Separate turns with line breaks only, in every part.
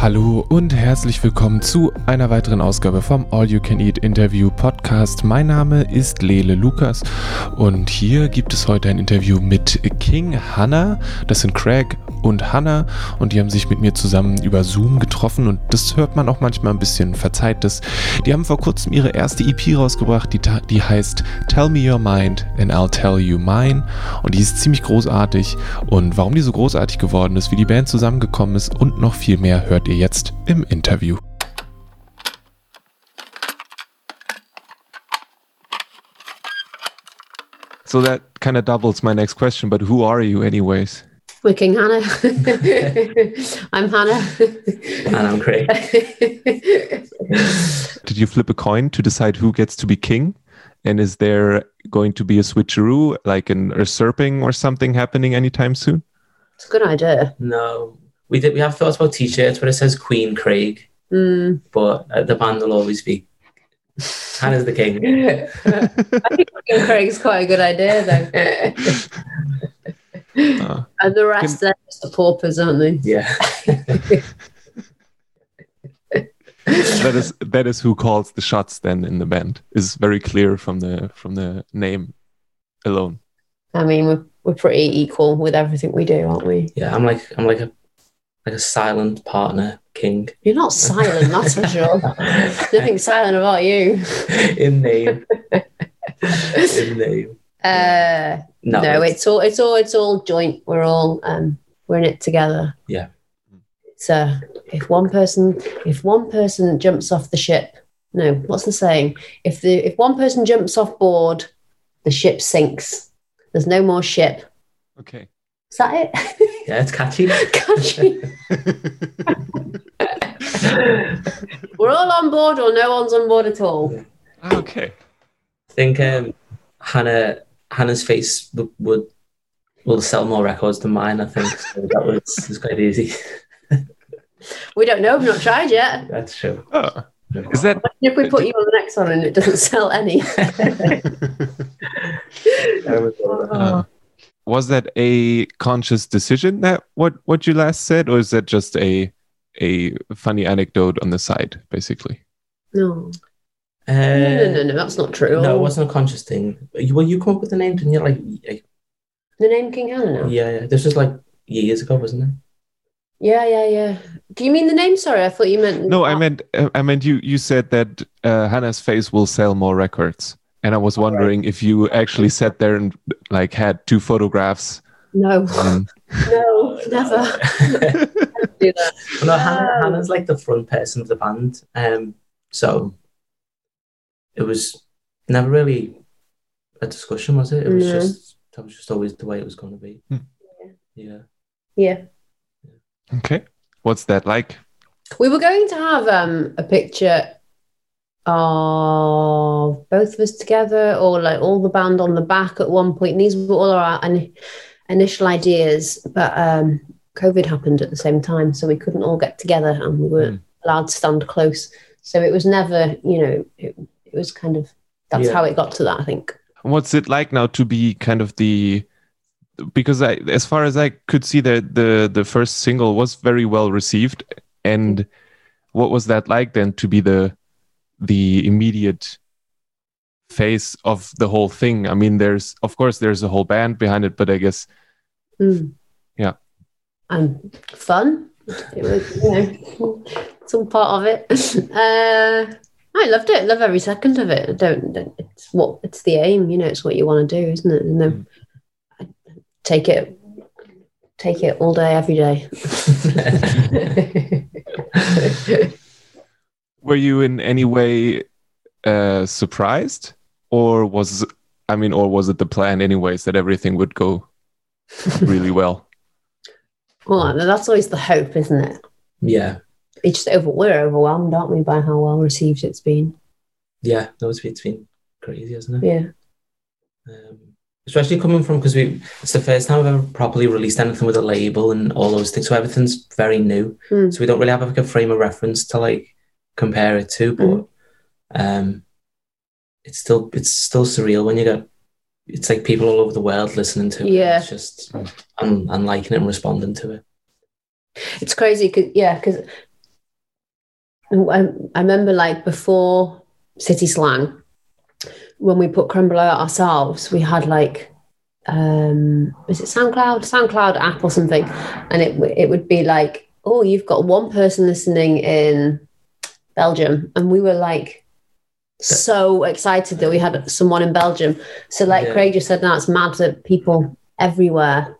Hallo und herzlich willkommen zu einer weiteren Ausgabe vom All You Can Eat Interview Podcast. Mein Name ist Lele Lukas und hier gibt es heute ein Interview mit King Hannah. Das sind Craig und Hannah und die haben sich mit mir zusammen über Zoom getroffen und das hört man auch manchmal ein bisschen, verzeiht das. Die haben vor kurzem ihre erste EP rausgebracht, die, ta- die heißt Tell Me Your Mind and I'll Tell You Mine und die ist ziemlich großartig und warum die so großartig geworden ist, wie die Band zusammengekommen ist und noch viel mehr hört ihr jetzt im Interview. So that kind of doubles my next question, but who are you anyways?
We're King Hannah. I'm Hannah.
and I'm Craig.
Did you flip a coin to decide who gets to be king? And is there going to be a switcheroo, like an usurping or something happening anytime soon?
it's a good idea.
No, we did. We have thoughts about t-shirts where it says Queen Craig,
Mm.
but uh, the band will always be Hannah's the king.
I think King Craig's quite a good idea, though.
Uh,
and the rest, they're just the paupers, aren't they?
Yeah,
that is that is who calls the shots then in the band. Is very clear from the from the name alone.
I mean, we're, we're pretty equal with everything we do, aren't we?
yeah. I'm like I'm like a like a silent partner king
You're not silent, that's for sure. Nothing silent about you.
in name. in name.
Uh,
No,
no, it's all it's all it's all joint. We're all um, we're in it together.
Yeah.
So if one person if one person jumps off the ship, no, what's the saying? If the if one person jumps off board, the ship sinks. There's no more ship.
Okay.
Is that it?
yeah, it's catchy.
Catchy. we're all on board, or no one's on board at all.
Ah, okay.
I think um, Hannah Hannah's face w- would will sell more records than mine. I think so that was, was quite easy.
We don't know. We've not tried yet.
That's true.
Oh, is that
If we put you on the next one and it doesn't sell any. Oh,
uh, was that a conscious decision that what what you last said, or is that just a a funny anecdote on the side, basically?
No.
Uh,
no, no, no, no, that's not true.
No, it wasn't a conscious thing. You, well, you come up with the name, didn't you? Like, y-
The name King Hannah now?
yeah, yeah. This was like years ago, wasn't it?
Yeah, yeah, yeah. Do you mean the name? Sorry, I thought you meant.
No, I meant uh, I meant you. You said that uh, Hannah's face will sell more records, and I was wondering if you actually sat there and like had two photographs.
No,
Um,
no, Oh, never
no,
do that.
Hannah, Hannah's like the front person of the band. Um, so it was never really a discussion, was it? It was
No.
just that was just always the way it was going to be.
Hmm.
Yeah.
Yeah,
okay, what's that like?
we were going to have um a picture of both of us together, or like all the band on the back at one point. These were all our in- initial ideas, but um, COVID happened at the same time, so we couldn't all get together, and we weren't allowed to stand close. So it was never, you know, it, it was kind of that's
Yeah.
how it got to that. I think.
What's it like now to be kind of the because I, as far as I could see, the the the first single was very well received, and what was that like then to be the the immediate face of the whole thing? I mean, there's of course there's a whole band behind it, but I guess
Mm.
Yeah.
And fun. It was, you know, it's all part of it. Uh, I loved it. Love every second of it. I don't, don't- It's what. It's the aim. You know. It's what you want to do, isn't it? And then take it, take it all day, every day.
Were you in any way uh, surprised, or was I mean, or was it the plan anyways that everything would go really well?
well, that's always the hope, isn't it?
yeah.
It's just over. We're overwhelmed, aren't we, by how well received it's been?
Yeah, no, it's, it's been crazy, hasn't it?
Yeah.
Um, especially coming from because we it's the first time we've ever properly released anything with a label and all those things. So everything's very new.
Mm.
So we don't really have like a frame of reference to like compare it to, but
Mhm.
um, it's still it's still surreal when you get it's like people all over the world listening to it.
Yeah.
It's just and, and liking it and responding to it.
It's crazy, cause, yeah, because I, I remember like before City Slang, when we put Crumble out ourselves, we had like, um, is it SoundCloud? SoundCloud app or something. And it, w- it would be like, oh, you've got one person listening in Belgium. And we were like, so excited that we had someone in Belgium. So, like
Yeah.
Craig just said, now it's mad that people everywhere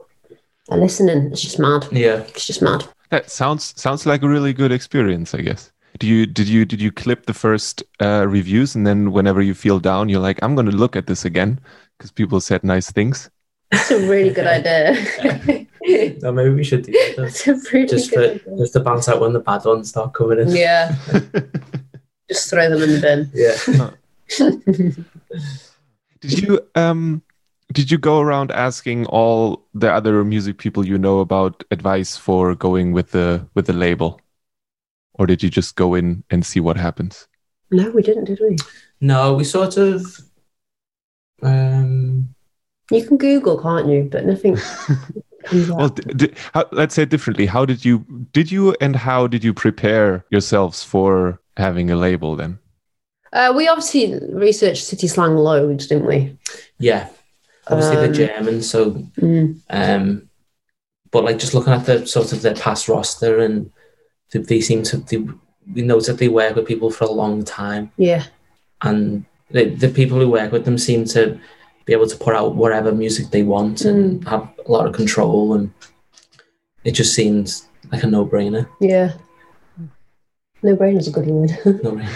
are listening. It's just mad.
Yeah.
It's just mad.
That sounds sounds like a really good experience, I guess. Do you did you did you clip the first uh, reviews and then whenever you feel down, you're like, I'm going to look at this again because people said nice things.
It's a really good idea.
No, maybe we should do that.
That's a really
Just for
good idea.
just to bounce out when the bad ones start coming in.
Yeah, just throw them in the
Yeah.
bin.
Did you um did you go around asking all the other music people you know about advice for going with the with the label? Or did you just go in and see what happens?
no, we didn't, did we?
No, we sort of um
You can Google, can't you? But nothing comes
Well,
up.
d- d- how, let's say it differently. How did you did you and how did you prepare yourselves for having a label then?
Uh, we obviously researched city slang loads, didn't we?
yeah. Obviously
Um,
they're German, so
Mm.
um but like just looking at the sort of their past roster and they, they seem to they, we know that they work with people for a long time
Yeah,
and the, the people who work with them seem to be able to put out whatever music they want and have a lot of control and it just seems like a no-brainer
yeah. No brainers a good word.
no-brainer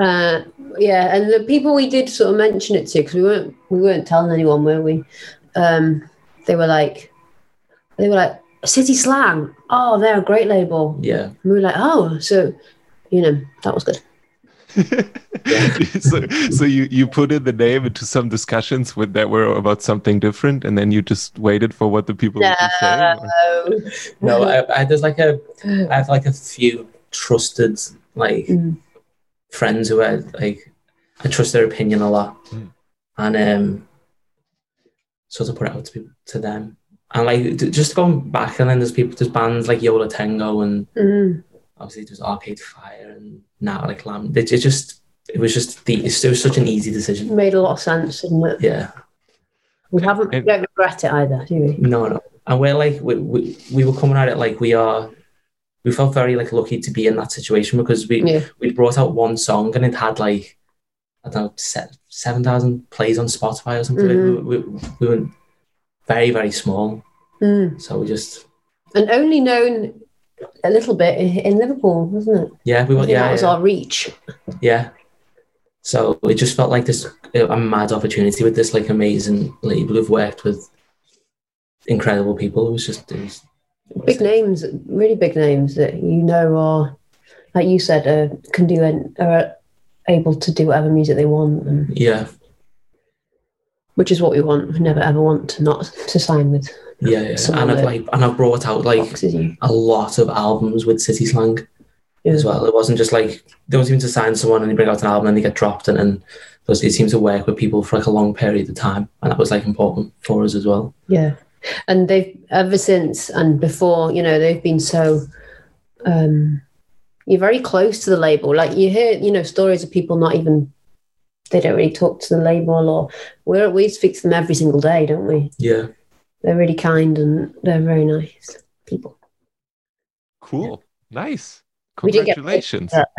Uh, yeah, and the people we did sort of mention it to because we weren't we weren't telling anyone, were we? Um, they were like, they were like city slang. Oh, they're a great label.
yeah
And we were like, oh, so you know that was good.
so so you, you put in the name into some discussions with that were about something different and then you just waited for what the people would be saying? or-
No.
No, I, I there's like a I have like a few trusted like
Mm.
friends who I like I trust their opinion a lot,
Mm.
and um, sort of put it out to people, to them. And like d- just going back, and then there's people, there's bands like Yola Tango, and
Mm.
obviously there's Arcade Fire, and now like Lamb. It, it just it was just the it was such an easy decision.
made a lot of sense, didn't it?
Yeah,
We haven't we
And-
don't regret it either, do we?
no, no, and we're like we, we we were coming at it like we are. We felt very like lucky to be in that situation because we
Yeah,
we brought out one song and it had like I don't know se- seven thousand plays on Spotify or something.
Mhm.
We, we, we were very very small,
Mm.
so we just
and only known a little bit in, in Liverpool, wasn't it?
yeah we
I
were
think
yeah
that was
yeah,
our reach.
yeah. So it just felt like this uh, a mad opportunity with this like amazing label who've worked with incredible people. It was just it was, it was-
Big names, really big names that you know are, like you said, uh, can do and are able to do whatever music they want, and,
Yeah,
which is what we want. We never ever want to not to sign with
yeah, yeah.
Someone
And I've
that-
like and I've brought out like
boxes. You,
a lot of albums with City Slang.
Yeah.
as well. It wasn't just like they don't seem to sign someone and they bring out an album and they get dropped, and then those- it seems to work with people for like a long period of time, and that was like important for us as well.
Yeah. And they've ever since and before, you know, they've been so um you're very close to the label. Like you hear, you know, stories of people not even they don't really talk to the label or we're we speak to them every single day, don't we?
Yeah,
They're really kind and they're very nice people.
Cool. Nice.
We did get paid
Congratulations.
that.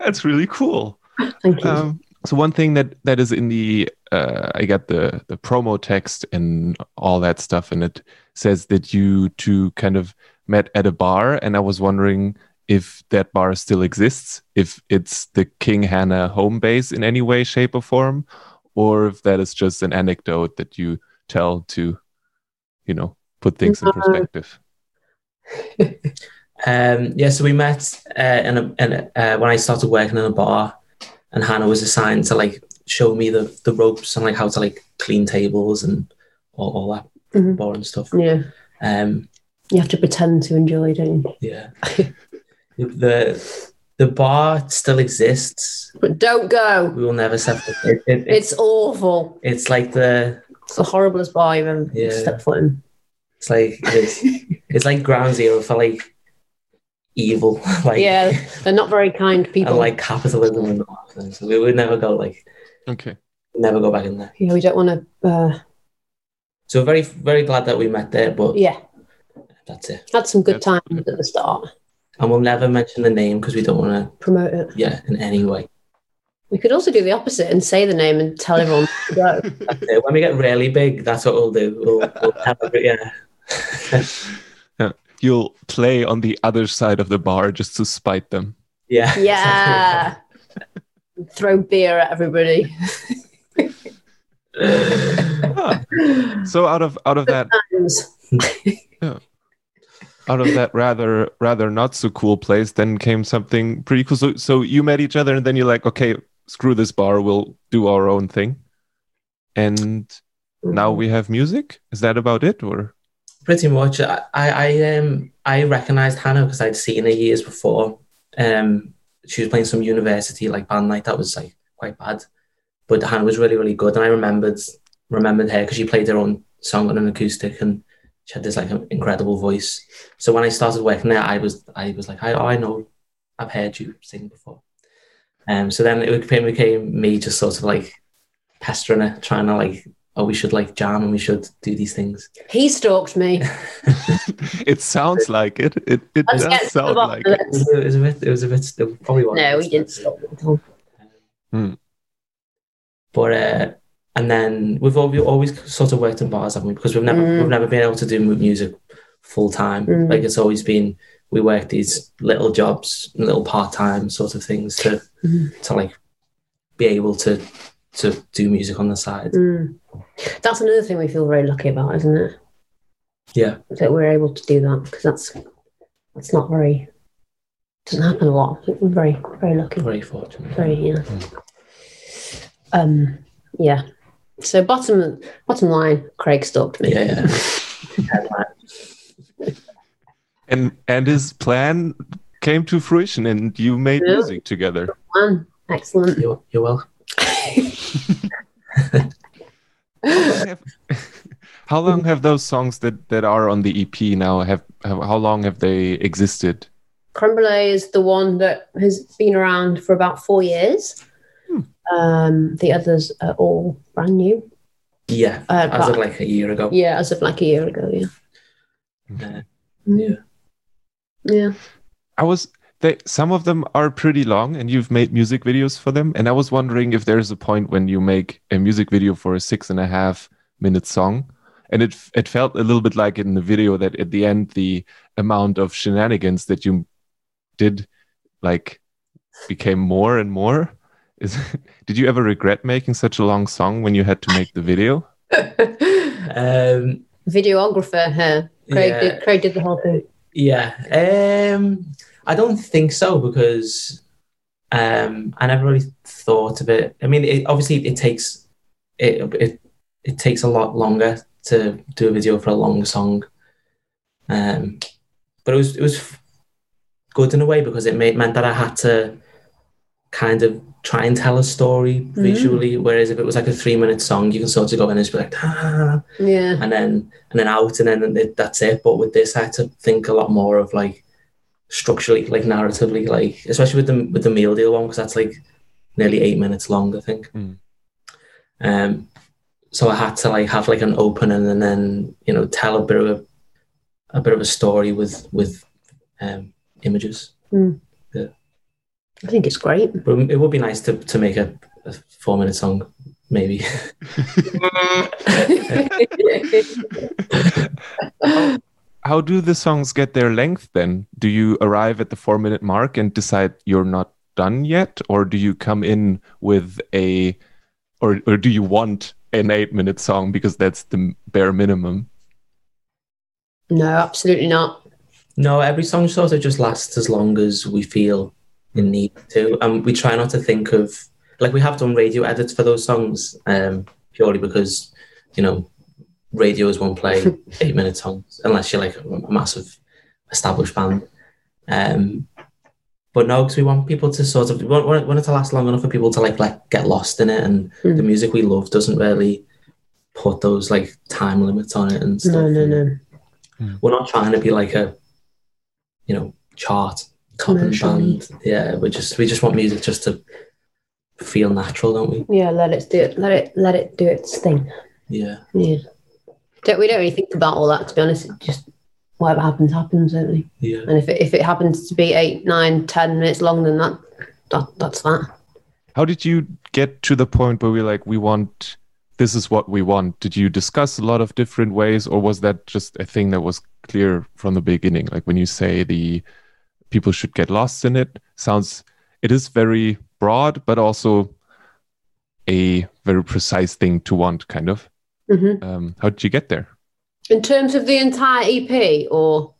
That's really cool.
Thank you.
Um, so one thing that that is in the uh, I got the the promo text and all that stuff, and it says that you two kind of met at a bar, and I was wondering if that bar still exists, if it's the King Hannah home base in any way, shape, or form, or if that is just an anecdote that you tell to, you know, put things in
No.
perspective.
um, yeah. So we met uh, in a, in a, uh, when I started working in a bar, and Hannah was assigned to like show me the the ropes and like how to like clean tables and all, all that
Mhm.
boring stuff.
yeah.
Um,
You have to pretend to enjoy, don't you?
Yeah. the the bar still exists.
But don't go.
We will never separate. It, it,
It's
it's
awful.
it's like the
It's the horriblest bar you've ever
Yeah.
stepped foot in.
It's like it's, it's like ground zero for like evil, like
yeah, they're not very kind people.
and like capitalism and all that. So we would never go like
Okay.
never go back in there.
yeah, we don't want to. Uh,
So very very glad that we met there, but
yeah,
that's it.
had some good
That's-
times at the start.
And we'll never mention the name because we don't want
Promote it.
to. Yeah, in any way.
We could also do the opposite and say the name and tell everyone to go.
Uh, When we get really big, that's what we'll do. We'll, we'll have a, yeah.
You'll play on the other side of the bar just to spite them.
Yeah.
Yeah. Throw beer at everybody.
Ah, so out of out of that out of that rather rather not so cool place, then came something pretty cool. So so you met each other, and then you're like, okay, screw this bar, we'll do our own thing. And now we have music. Is that about it, or
Pretty much. I I um I recognised Hannah because I'd seen her years before. Um, she was playing some university like band night that was like quite bad, but Hannah was really really good, and I remembered remembered her because she played her own song on an acoustic and she had this like incredible voice. So when I started working there, I was I was like I I know I've heard you sing before. Um, so then it became, became me just sort of like pestering her, trying to like, oh, we should like jam and we should do these things.
He stalked me.
it sounds like it. It it
Let's get
does
to the
sound
bottom
like
of
it.
this.
it was a bit. It was a bit. It probably wasn't.
No, we didn't stalk him.
But uh, and then we've always, always sort of worked in bars, haven't we? Because we've never
Mm.
we've never been able to do mu- music full time.
Mm.
Like it's always been we work these little jobs, little part time sort of things to
Mm.
to like be able to to do music on the side.
Mm. That's another thing we feel very lucky about, isn't it?
Yeah.
That we're able to do that because that's that's not very doesn't happen a lot. We're very very lucky.
Very fortunate.
Very yeah. Um yeah. So bottom bottom line, Craig stalked me.
Yeah, yeah.
And and his plan came to fruition, and you made
Yeah.
music together.
One. Excellent.
You're, you're welcome.
long have- how long have those songs that that are on the EP now have, have how long have they existed?
Creme brulee is the one that has been around for about four years.
Hmm.
Um, the others are all brand new.
Yeah,
Uh,
as of
but-
like a year ago.
yeah, as of like a year ago. Yeah,
Uh,
Mm. yeah.
I was they some of them are pretty long and you've made music videos for them. And I was wondering if there's a point when you make a music video for a six and a half minute song. And it f- it felt a little bit like in the video that at the end the amount of shenanigans that you did like became more and more. Is did you ever regret making such a long song when you had to make the video?
Um,
Videographer here. Craig
yeah.
did. Craig did the whole thing.
Yeah, um, I don't think so because um, I never really thought of it. I mean, it, obviously, it takes it, it it takes a lot longer to do a video for a long song, um, but it was it was good in a way because it made, meant that I had to kind of try and tell a story visually. Whereas if it was like a three minute song, you can sort of go in and just be like, "Ah,"
Yeah,
and then and then out and then it, that's it but with this i had to think a lot more of like structurally like narratively like especially with the with the meal deal one because that's like nearly eight minutes long i think
Mm.
um so i had to like have like an opening and then you know tell a bit of a, a bit of a story with with um images
I think it's great.
but it would be nice to to make a, a four minute song maybe
How do the songs get their length then? Do you arrive at the four minute mark and decide you're not done yet? Or do you come in with a, or, or do you want an eight minute song because that's the bare minimum?
no, absolutely not.
No, every song sort of just lasts as long as we feel the need to. And we try not to think of like we have done radio edits for those songs, um, purely because, you know, radios won't play eight minute songs unless you're like a, a massive established band. Um but no, because we want people to sort of we want, we want it to last long enough for people to like like get lost in it, and
Mm.
the music we love doesn't really put those like time limits on it and stuff.
No, no, no.
Mm.
We're not trying to be like a, you know, chart top and
Commercial
band. Yeah, we just we just want music just to feel natural, don't we?
Yeah, let it do it. Let it let it do its thing.
Yeah,
Yeah. Don't we don't really think about all that to be honest. It just whatever happens, happens, don't we?
yeah,
And if it, if it happens to be eight, nine, ten minutes long, then that, that that's that.
How did you get to the point where we're like, we want this is what we want? Did you discuss a lot of different ways, or was that just a thing that was clear from the beginning? Like when you say the people should get lost in it, sounds it is very broad, but also a very precise thing to want, kind of.
hmm
Um, how did you get there?
In terms of the entire EP, or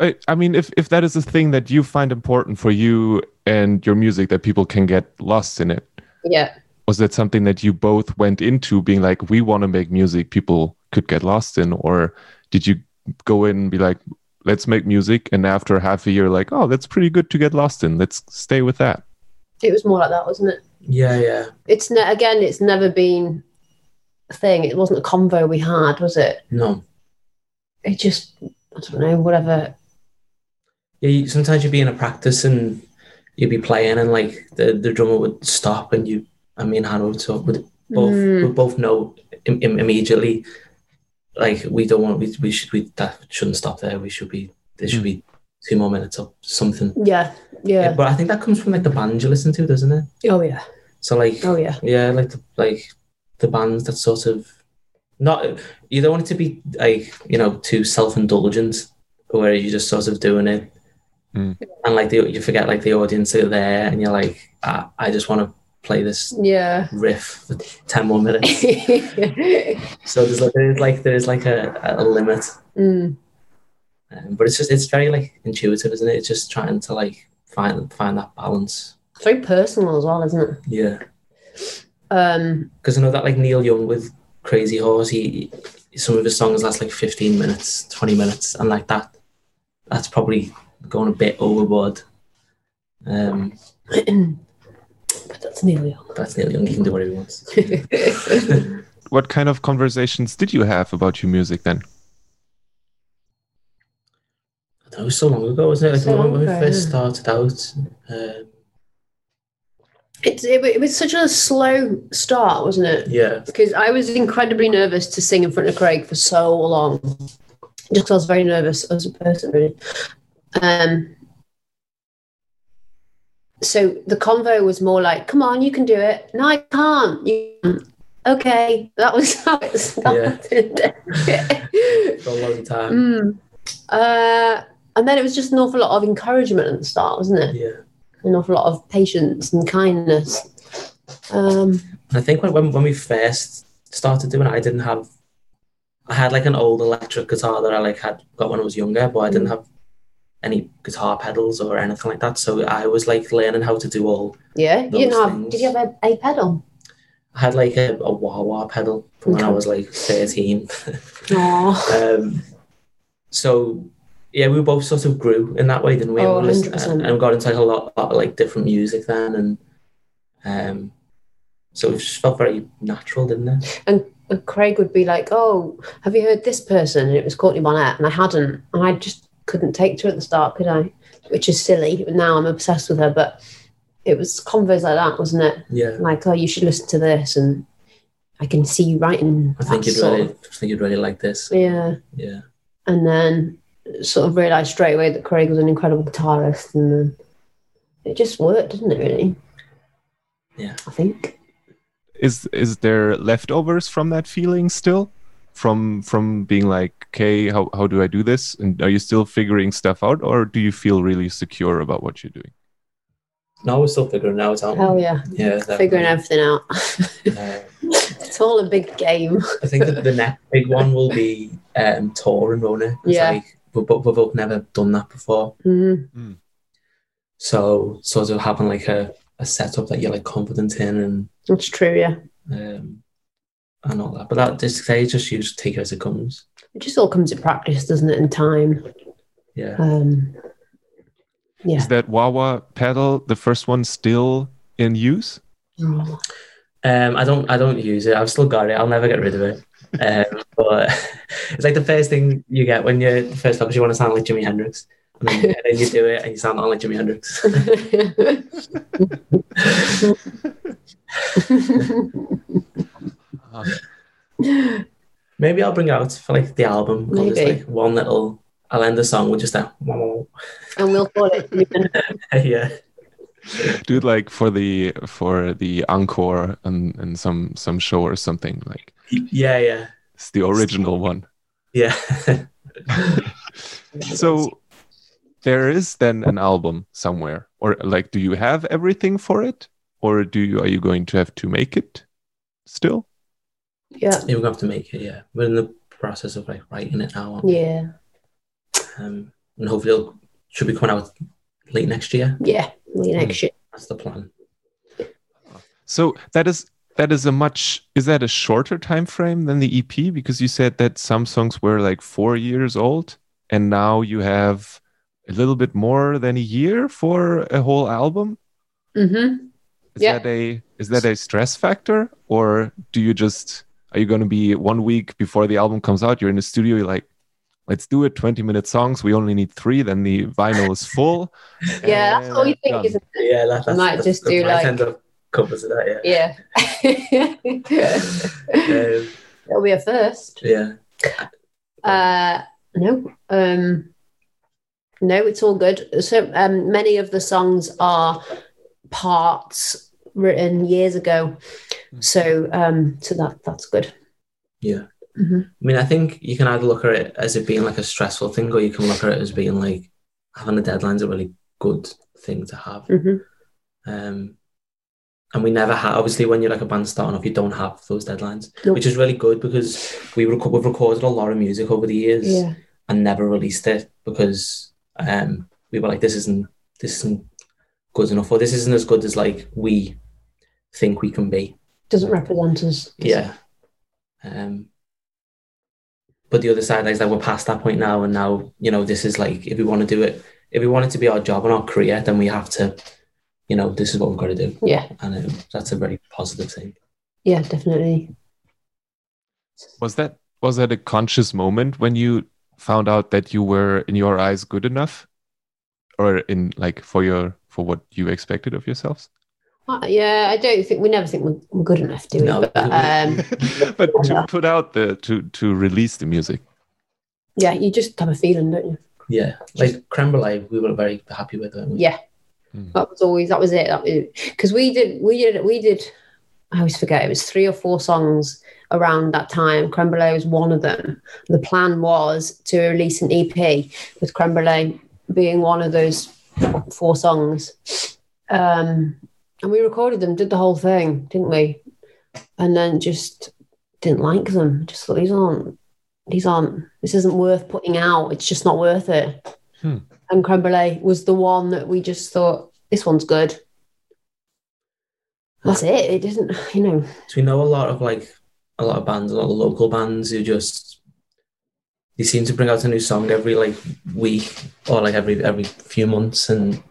I, I mean, if if that is a thing that you find important for you and your music, that people can get lost in it,
yeah,
was that something that you both went into being like we want to make music people could get lost in or did you go in and be like let's make music and after half a year like oh that's pretty good to get lost in let's stay with that
it was more like that, wasn't it?
yeah, yeah.
It's ne- again, it's never been a thing. It wasn't a convo we had, was it?
No,
It just I don't know, whatever.
Yeah, you, sometimes you'd be in a practice and you'd be playing, and like the, the drummer would stop, and you, I mean, Hannah would talk. Would both
Mm.
would both know Im- im- immediately, like we don't want we we should we that shouldn't stop there. We should be there should be two more minutes or something.
Yeah, Mm. yeah.
But I think that comes from like the band you listen to, doesn't it?
Oh yeah,
So like
oh yeah.
yeah, like the, like the bands that sort of not you don't want it to be like you know too self indulgent where you're just sort of doing it,
Mm.
and like the, you forget like the audience are there, and you're like I, I just want to play this
Yeah.
riff for ten more minutes.
mm.
so there's like there's like there's like a, a limit,
Mm.
um, but it's just it's very like intuitive, isn't it? It's just trying to like find find that balance.
It's very personal as well, isn't it?
Yeah.
Um,
because I know that like Neil Young with Crazy Horse, he some of his songs last like fifteen minutes, twenty minutes, and like that, that's probably going a bit overboard. Um,
but that's nearly all.
that's Neil Young; he can do whatever he wants.
what kind of conversations did you have about your music then
That was so long ago, wasn't it? Like
So
when, when we
long ago,
first
yeah.
started out, um,
It's it, wa- it was such a slow start, wasn't it?
yeah,
Because I was incredibly nervous to sing in front of Craig for so long, just 'cause I was very nervous as a person, really. Um, so the convo was more like, "Come on, you can do it." No, I can't. You can't." okay? That was how it started.
for a long time.
Mm. Uh, and then it was just an awful lot of encouragement at the start, wasn't it?
Yeah,
An awful lot of patience and kindness. Um,
and I think when, when when we first started doing it, I didn't have. I had like an old electric guitar that I like had got when I was younger, but I didn't
Mm.
have any guitar pedals or anything like that. So I was like learning how to do all.
yeah, you didn't
Those
have.
things.
Did you have a, a pedal?
I had like a, a wah wah pedal from when I
Okay.
was like thirteen.
Oh,
um, so yeah, we both sort of grew in that way, didn't we?
Oh,
And we listened-
100%.
and got into like a lot, lot of like different music then, and um, so it just felt very natural, didn't it?
and Craig would be like, "Oh, have you heard this person?" And it was Courtney Barnett, and I hadn't, and I just couldn't take to it at the start, could I? Which is silly. Now I'm obsessed with her, but it was convos like that, wasn't it?
Yeah,
Like, "Oh, you should listen to this," and I can see you writing.
I think
that
you'd
sort
really,
of-
I think you'd really like this.
yeah.
Yeah,
and then sort of realized straight away that Craig was an incredible guitarist, and then it just worked, didn't it? Really?
Yeah.
I think.
is is there leftovers from that feeling still from from being like okay how, how do i do this and are you still figuring stuff out or do you feel really secure about what you're doing
no, we're still figuring it out. Aren't we?
Hell yeah,
yeah, definitely.
figuring everything out.
Uh,
it's all a big game.
I think that the next big one will be um, touring, won't it? It's
Yeah.
Like, we've, bo- we've both never done that before.
Mhm.
So, sort of having like a, a setup that you're like confident in
That's true. Yeah,
and um, and all that. But that just they just use take it as it comes.
it just all comes in practice, doesn't it? In time.
Yeah.
Um, yeah.
Is that Wawa pedal the first one still in use?
Oh,
Um, I don't I don't use it. I've still got it. I'll never get rid of it. Um, But it's like the first thing you get when you're the first because you want to sound like Jimi Hendrix. And then, and then you do it and you sound not like Jimi Hendrix.
Ah,
Maybe I'll bring it out for like the album. I'll just
Maybe.
like one little I'll end the song with just that
and we'll call it.
yeah.
do it like for the for the encore and and some some show or something like
Yeah, yeah.
it's the original one.
Yeah.
So there is then an album somewhere, or like, do you have everything for it, or do you are you going to have to make it still?
Yeah.
Yeah, we're gonna have to make it, yeah. We're in the process of like writing it now. aren't we?
Yeah.
Um, and hopefully it'll should be coming out late next year.
Yeah. We next year.
That's the plan.
So that is that is a much is that a shorter time frame than the EP because you said that some songs were like four years old and now you have a little bit more than a year for a whole album.
Mm-hmm.
Is
Yeah.
that a is that a stress factor or do you just are you going to be one week before the album comes out? You're in the studio. You're like, let's do it. Twenty minute songs. We only need three. Then the vinyl is full.
Yeah, that's what we
and
think,
done.
isn't it?
Yeah, that, that's,
Might
that's,
just
that
do,
might
like-
end up covers of that, yeah.
Yeah.
Um,
It'll be a first.
yeah.
Uh, no. Um, no, it's all good. So um, many of the songs are parts written years ago. So um, so that that's good.
Yeah.
Mhm.
I mean, I think you can either look at it as it being like a stressful thing, or you can look at it as being like having a deadline's a really good thing to have.
Mhm.
Um, and we never had, obviously, when you're like a band starting off, you don't have those deadlines,
Nope.
which is really good because we rec- we've recorded a lot of music over the years
Yeah.
and never released it because um, we were like, this isn't this isn't good enough, or this isn't as good as like we think we can be.
Doesn't represent us.
Yeah. Um, but the other side is that we're past that point now, and now you know this is like if we want to do it, if we want it to be our job and our career, then we have to, you know, this is what we've got to do,
Yeah.
and um, that's a very positive thing.
Yeah, definitely.
Was that was that a conscious moment when you found out that you were in your eyes good enough, or in like for your for what you expected of yourselves?
Uh, Yeah, I don't think we never think we're, we're good enough, do we?
No.
But, um,
but to put out the to to release the music.
yeah, you just have a feeling, don't you?
Yeah, like creme brulee, we were very happy with it.
Yeah. That was always that was it. That because we did we did we did. I always forget it was three or four songs around that time. Creme Brulee was one of them. The plan was to release an EP with Creme Brulee being one of those four songs. Um, and we recorded them, did the whole thing, didn't we? And then just didn't like them. Just thought these aren't these aren't this isn't worth putting out. It's just not worth it and creme brulee was the one that we just thought this one's good. That's it. It didn't, you know.
So we know a lot of like a lot of bands, a lot of local bands who just they seem to bring out a new song every like week or like every every few months. And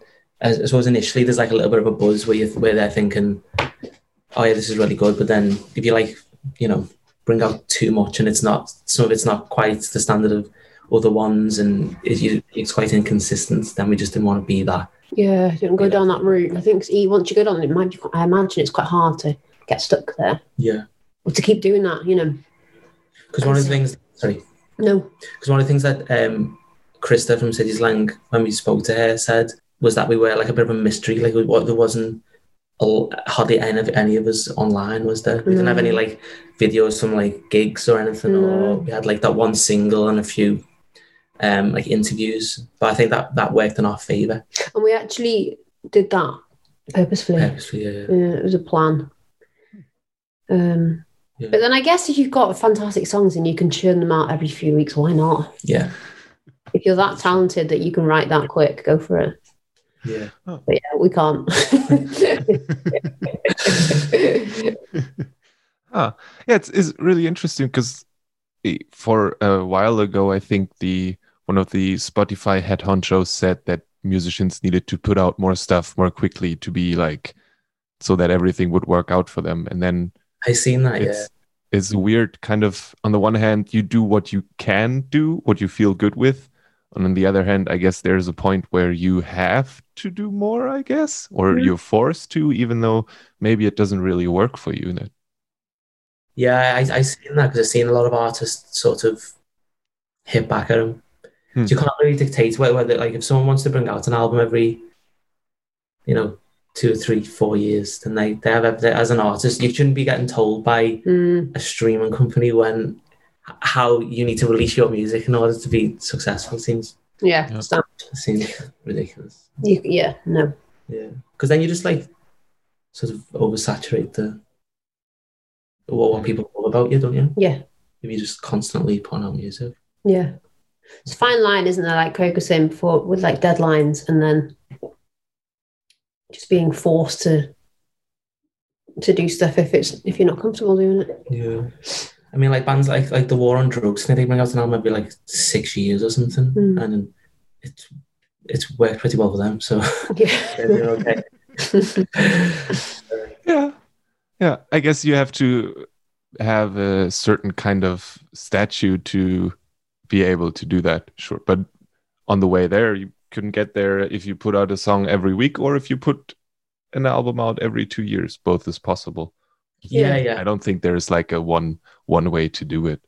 I, I suppose initially there's like a little bit of a buzz where you where they're thinking, oh yeah, this is really good. But then if you like, you know, bring out too much and it's not some of it's not quite the standard of other ones, and it, you- it's quite inconsistent. Then we just didn't want to be that.
Yeah, didn't go down that route. I think it's- once you go down it, might be, I imagine it's quite hard to get stuck there
Yeah,
or to keep doing that. You know,
because one of the things. Sorry.
no,
Because one of the things that um, Krista from Cities Lang, when we spoke to her, said was that we were like a bit of a mystery. Like we- what there wasn't a, l- hardly any of any of us online, was there? We didn't have any like videos from like gigs or anything. Or
No.
we had like that one single and a few um, like interviews. But I think that that worked in our favour.
and we actually did that purposefully.
Purposefully, yeah.
Yeah, it was a plan. Um,
Yeah.
but then I guess if you've got fantastic songs and you can churn them out every few weeks, why not?
yeah,
If you're that talented that you can write that quick, go for it.
yeah.
But yeah, we can't.
Yeah, it's, it's really interesting because for a while ago, I think the one of the Spotify head honchos said that musicians needed to put out more stuff more quickly to be like so that everything would work out for them, and then
I seen that.
it's is weird. Kind of on the one hand, you do what you can do, what you feel good with, and on the other hand, I guess there's a point where you have to do more. I guess, or
Mhm.
you're forced to, even though maybe it doesn't really work for you. That
Yeah, I I seen that because I've seen a lot of artists sort of hit back at them.
Hmm.
So you can't really dictate whether, whether like if someone wants to bring out an album every, you know, two, three, four years, then they they have they, as an artist, you shouldn't be getting told by
Mm,
a streaming company when h- how you need to release your music in order to be successful. Seems
yeah,
Yeah.
so
seems ridiculous.
you, yeah, no.
Yeah, because then you just like sort of oversaturate the what what people love about you, don't you?
Yeah.
If you just constantly putting out music.
Yeah. It's a fine line, isn't there? Like Coco saying before with like deadlines and then just being forced to to do stuff if it's if you're not comfortable doing it.
Yeah. I mean, like bands like like the War on Drugs, I think they bring out an album every like six years or something,
Mm.
and it's it's worked pretty well for them. So they're
Yeah.
doing okay.
Yeah. Yeah. I guess you have to have a certain kind of statute to be able to do that. Sure. But on the way there, you couldn't get there if you put out a song every week or if you put an album out every two years. Both is possible.
Yeah.
yeah, yeah.
I don't think there's like a one one way to do it.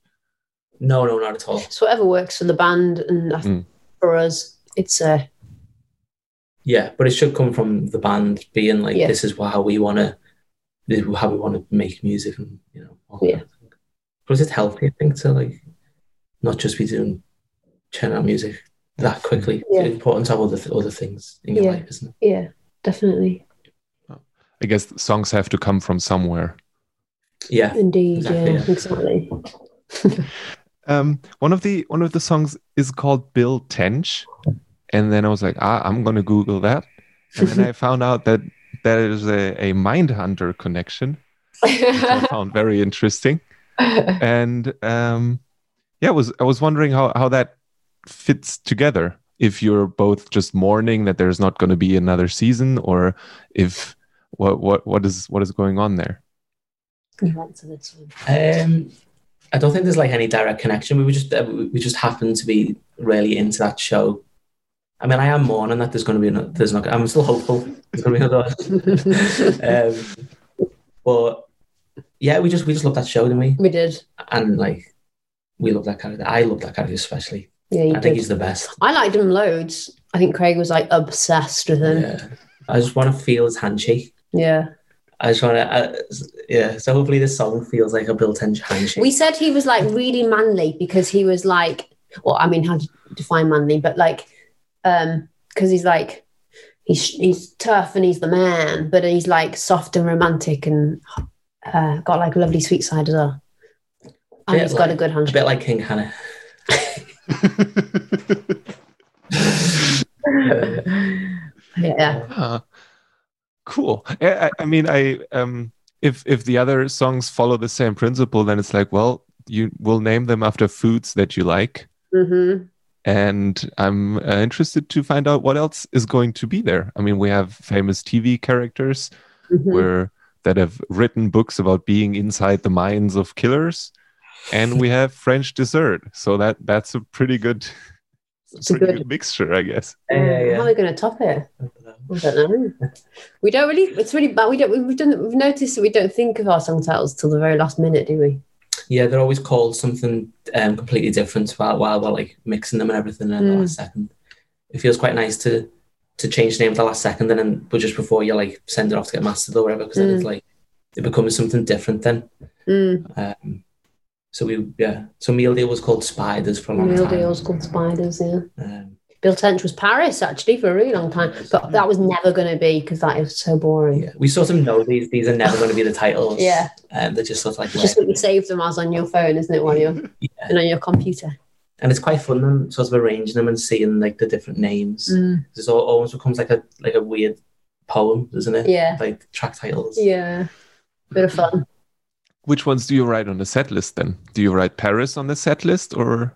No, no, not at all.
It's whatever works for the band and I think
Mm.
for us, it's uh
Yeah, but it should come from the band being like,
Yeah.
this is wha- how we want to, this is how we want to make music, and you know, all
Yeah.
Because it's healthy, I think, to like not just be doing churning out music that quickly.
Yeah.
It's important to have other th- other things in your
Yeah.
life, isn't it?
yeah, definitely.
I guess songs have to come from somewhere.
Yeah.
Indeed,
Exactly,
yeah,
yeah.
exactly.
Um, one of the one of the songs is called Bill Tench, and then I was like, ah, I'm gonna Google that, and then I found out that there is a, a Mindhunter connection, which I found very interesting. And um, yeah, I was I was wondering how how that fits together. If you're both just mourning that there's not going to be another season, or if what what what is what is going on there?
You answer this one.
Um, I don't think there's like any direct connection. We were just uh, we we just happened to be really into that show. I mean, I am mourning that there's going to be another, there's not. I'm still hopeful there's going to be another. um, but yeah, we just we just love that show, didn't we?
we did.
And like, we love that character. I love that character especially.
Yeah, you
I think
did.
he's the best.
I liked him loads. I think Craig was like obsessed with him.
Yeah. I just want to feel his handshake.
yeah.
I just want to, yeah. So hopefully this song feels like a built-in handshake.
We said he was like really manly because he was like, well, I mean, how to define manly, but like, um, because he's like, he's he's tough and he's the man, but he's like soft and romantic and uh, got like a lovely sweet side as well. And
Bit
he's got a
like-
good
a
handshake.
bit like King Hannah.
Yeah,
Ah, cool. I, I- I mean, I um, if if the other songs follow the same principle, then it's like, well, you will name them after foods that you like,
hmm
and I'm uh, interested to find out what else is going to be there. I mean, we have famous TV characters
Hmm.
where that have written books about being inside the minds of killers, and we have French dessert. So that that's a pretty good,
It's a
pretty
good.
good mixture, I guess.
Yeah, yeah, yeah.
How are we going to top it? I don't know. We don't really. It's really bad. We don't. We've done. We've noticed that we don't think of our song titles till the very last minute, do we?
Yeah, they're always called something um, completely different while, while we're like mixing them and everything in the
Mm.
last second. It feels quite nice to to change the name at the last second and then but just before you like send it off to get mastered or whatever because then
Hmm.
it's like it becomes something different then.
Mm.
Um, so we yeah. So meal deal was called spiders for a long
Real
time.
deals called spiders. Yeah.
Um,
Bill Tench was Paris actually for a really long time, but that was never going to be because that is so boring.
yeah, we sort of know these these are never going to be the titles.
Yeah.
um, they're just sort of like
It's just what you save them as on your phone, isn't it? While you're
Yeah.
and on your computer.
and it's quite fun then sort of arranging them and seeing like the different names.
Hmm. Mm.
This al- almost becomes like a like a weird poem, doesn't it?
Yeah,
Like track titles.
yeah, bit of fun.
Which ones do you write on the set list then? Do you write Paris on the set list or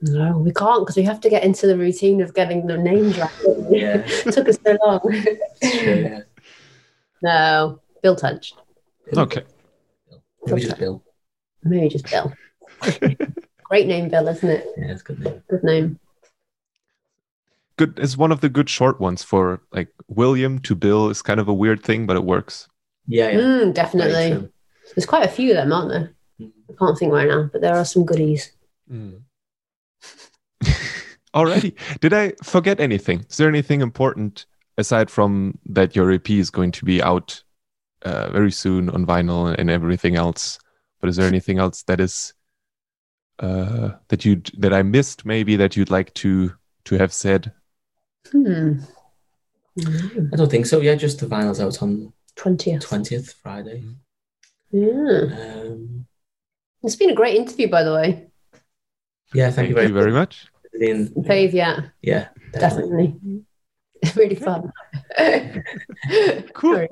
No, we can't because we have to get into the routine of getting the names right. don't we?
Yeah.
it took us so long.
yeah.
no, Bill Tench.
okay.
Maybe just Bill.
Maybe just Bill. Great name, Bill, isn't it?
Yeah, it's a good name.
Good name.
Good. It's one of the good short ones for like William to Bill is kind of a weird thing, but it works.
Yeah, yeah.
Mm,
very
definitely.
true.
There's quite a few of them, aren't there? I can't think right now, but there are some goodies.
Alrighty. Did I forget anything? Is there anything important aside from that your EP is going to be out uh, very soon on vinyl and everything else? But is there anything else that is uh, that you that I missed maybe that you'd like to to have said?
Hmm. Mm.
I don't think so. Yeah, just the vinyl's out on
Twentieth.
20th, Friday.
Yeah.
Um,
It's been a great interview, by the way.
yeah, thank, you very much.
much.
Lynn.
Dave, yeah, Mm.
Yeah, definitely.
definitely. really fun.
Cool.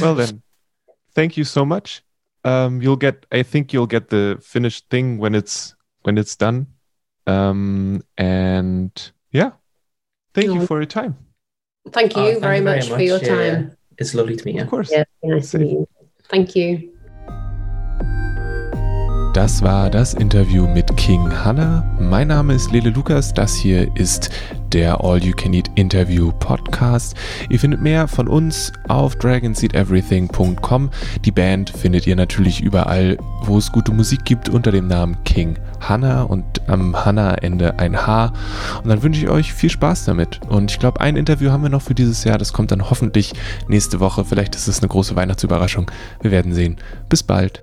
Well then, thank you so much. Um, you'll get. I think you'll get the finished thing when it's when it's done. Um, and yeah, thank you
You're
for your time.
Thank you
Oh, thank
very,
you
much, for your
Yeah, yeah.
time.
It's lovely to meet you.
Of course.
Yeah, it's been nice to meet you. Thank you.
Das war das Interview mit King Hanna. Mein Name ist Lele Lukas. Das hier ist der All You Can Eat Interview Podcast. Ihr findet mehr von uns auf dragonseateverything.com. Die Band findet ihr natürlich überall, wo es gute Musik gibt, unter dem Namen King Hanna und am Hanna-Ende ein H. Und dann wünsche ich euch viel Spaß damit. Und ich glaube, ein Interview haben wir noch für dieses Jahr. Das kommt dann hoffentlich nächste Woche. Vielleicht ist es eine große Weihnachtsüberraschung. Wir werden sehen. Bis bald.